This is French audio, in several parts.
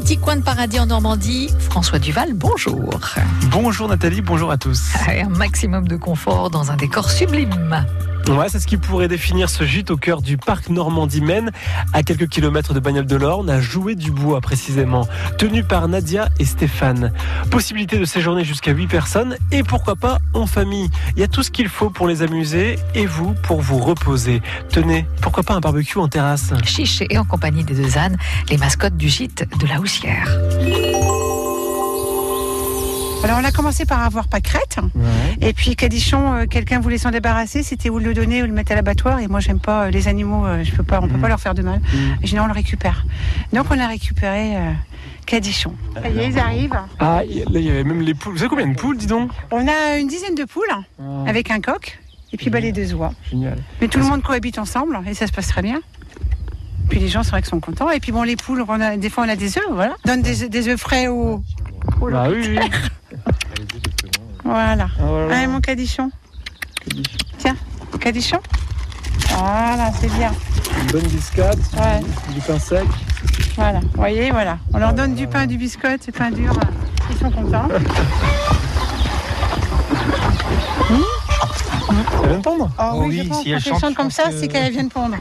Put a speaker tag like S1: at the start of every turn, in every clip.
S1: petit coin de paradis en Normandie. François Duval, bonjour.
S2: Bonjour Nathalie, bonjour à tous.
S1: Et un maximum de confort dans un décor sublime.
S2: Ouais, c'est ce qui pourrait définir ce gîte au cœur du parc Normandie-Maine, à quelques kilomètres de bagnoles de l'Orne, à Jouer du Bois précisément, tenu par Nadia et Stéphane. Possibilité de séjourner jusqu'à 8 personnes et pourquoi pas en famille. Il y a tout ce qu'il faut pour les amuser et vous pour vous reposer. Tenez, pourquoi pas un barbecue en terrasse
S1: Chiche et en compagnie des deux ânes, les mascottes du gîte de la Houssière.
S3: Alors on a commencé par avoir Pâquerette.
S2: Ouais.
S3: Et puis Cadichon, euh, quelqu'un voulait s'en débarrasser, c'était ou le donner ou le mettre à l'abattoir. Et moi j'aime pas euh, les animaux, euh, je peux pas, on peut
S2: Mm.
S3: pas leur faire de mal.
S2: Mm.
S3: Et Généralement on le récupère. Donc on a récupéré euh, Cadichon. Ça y est, ils arrivent.
S2: Ah, il y- là, il y avait même les poules. Vous savez combien de poules, dis donc
S3: On a une dizaine de poules avec un coq et puis bah, les deux oies.
S2: Ah, Génial.
S3: Mais tout le monde cohabite ensemble et ça se passe très bien. Puis les gens c'est vrai qu'ils sont contents. Et puis bon les poules, on a, des fois on a des œufs, voilà. On donne des, des œufs frais aux. aux
S2: Bah oui, oui.
S3: Voilà.
S2: Ah, voilà.
S3: Allez mon cadichon. Tiens, cadichon. Voilà, c'est bien.
S2: Une bonne biscade,
S3: Ouais.
S2: du pain sec.
S3: Voilà, vous voyez, voilà. On leur donne du pain, du biscotte, du pain dur. Ils sont contents.
S2: Ça vient de pendre
S3: Oh,
S4: Oh
S3: oui,
S4: oui,
S3: je pense,
S4: si
S3: quand
S4: elles
S3: elles
S4: chantent,
S3: chantent
S4: je
S3: comme
S4: pense
S3: ça,
S4: que-
S3: c'est qu'elles viennent pondre.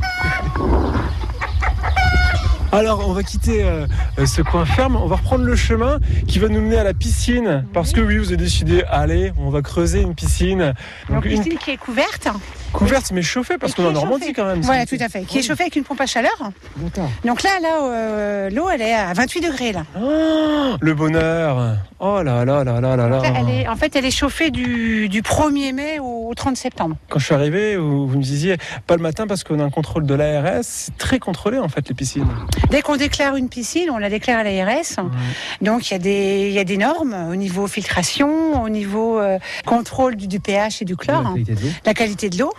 S2: Alors, on va quitter euh, euh, ce coin ferme, on va reprendre le chemin qui va nous mener à la piscine. Parce que oui, vous avez décidé, allez, on va creuser une piscine.
S3: Donc,
S2: Donc, une
S3: piscine qui est couverte.
S2: couverte, mais chauffée, parce
S3: Et
S2: qu'on est
S3: qui
S2: en
S3: est
S2: Normandie
S3: chauffée.
S2: quand même.
S3: Voilà, tout à fait. Qui est chauffée avec une pompe à chaleur.
S2: D'accord.
S3: Donc là, là, euh, l'eau, elle est à 28 degrés, là.
S2: Ah, le bonheur Oh là là là là là là
S3: Là, elle est, en fait, elle est chauffée du, du 1er mai au 30 septembre.
S2: Quand je suis arrivé, vous vous me disiez, pas le matin parce qu'on a un contrôle de l'ARS, c'est très contrôlé en fait les piscines.
S3: Dès qu'on déclare une piscine, on la déclare à l'ARS. Donc, il y, a des- il y a des normes au niveau filtration, au niveau euh, contrôle du, du pH et du chlore, hein. la qualité de l'eau.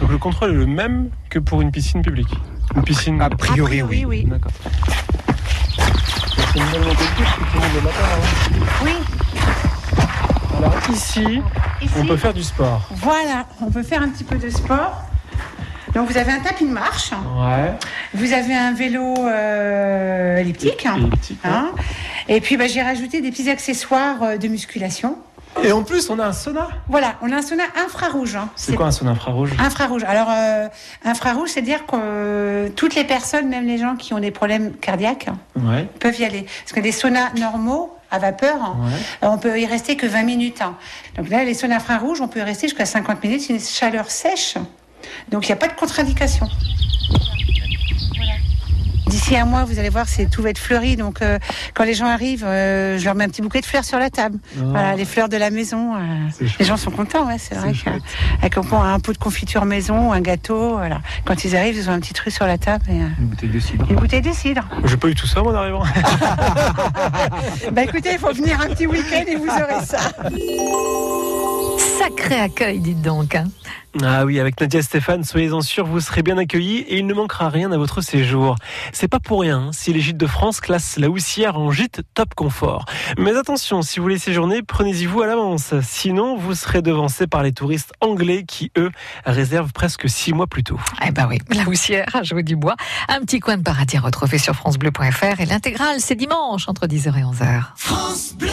S2: Donc le contrôle est le même que pour une piscine publique. Une piscine...
S4: A priori, oui.
S3: Ah, oui.
S2: D'accord. C'est une belle montée de piste que tout le monde le matin, hein.
S3: Oui,
S2: Alors ici,
S3: ici,
S2: on peut faire du sport.
S3: voilà, on peut faire un petit peu de sport. Donc vous avez un tapis de marche,
S2: Ouais.
S3: vous avez un vélo euh, elliptique,
S2: Ah. Elliptique, ouais.
S3: hein. et puis bah, j'ai rajouté des petits accessoires euh, de musculation.
S2: Et en plus, on a un sauna.
S3: Voilà, on a un sauna infrarouge. hein.
S2: C'est quoi un sauna infrarouge
S3: Infrarouge. Alors, euh, infrarouge, c'est-à-dire que euh, toutes les personnes, même les gens qui ont des problèmes cardiaques, hein,
S2: Ouais.
S3: peuvent y aller. Parce que des saunas normaux, à vapeur, hein,
S2: Ouais.
S3: Euh, On peut y rester que 20 minutes. hein. Donc là, les saunas infrarouges, on peut y rester jusqu'à 50 minutes. C'est une chaleur sèche. Donc il n'y a pas de contre-indication. D'ici un mois, vous allez voir, c'est tout va être fleuri. Donc euh, quand les gens arrivent, euh, je leur mets un petit bouquet de fleurs sur la table. Voilà, les fleurs de la maison. euh,
S2: Ah. C'est chouette.
S3: les gens sont contents, ouais, c'est vrai. que- Avec on prend un pot de confiture maison, un gâteau. Voilà. Quand ils arrivent, ils ont un petit truc sur la table et euh,
S4: Une bouteille de cidre.
S3: une bouteille de cidre.
S2: J'ai pas eu tout ça, moi, en arrivant.
S3: bah écoutez, il faut venir un petit week-end et vous aurez ça.
S1: Sacré accueil, dites donc. hein.
S2: Ah oui, avec Nadia et Stéphane, soyez-en sûrs, vous serez bien accueillis et il ne manquera rien à votre séjour. C'est pas pour rien hein, si les gîtes de France classent la houssière en gîte top confort. Mais attention, si vous voulez séjourner, prenez-y vous à l'avance. Sinon, vous serez devancé par les touristes anglais qui, eux, réservent presque six mois plus tôt.
S1: Eh ben oui, la Houssière à Jouer du Bois. Un petit coin de paradis retrouvé sur FranceBleu.fr et l'intégrale, c'est dimanche entre 10h et 11h.
S5: France Bleu.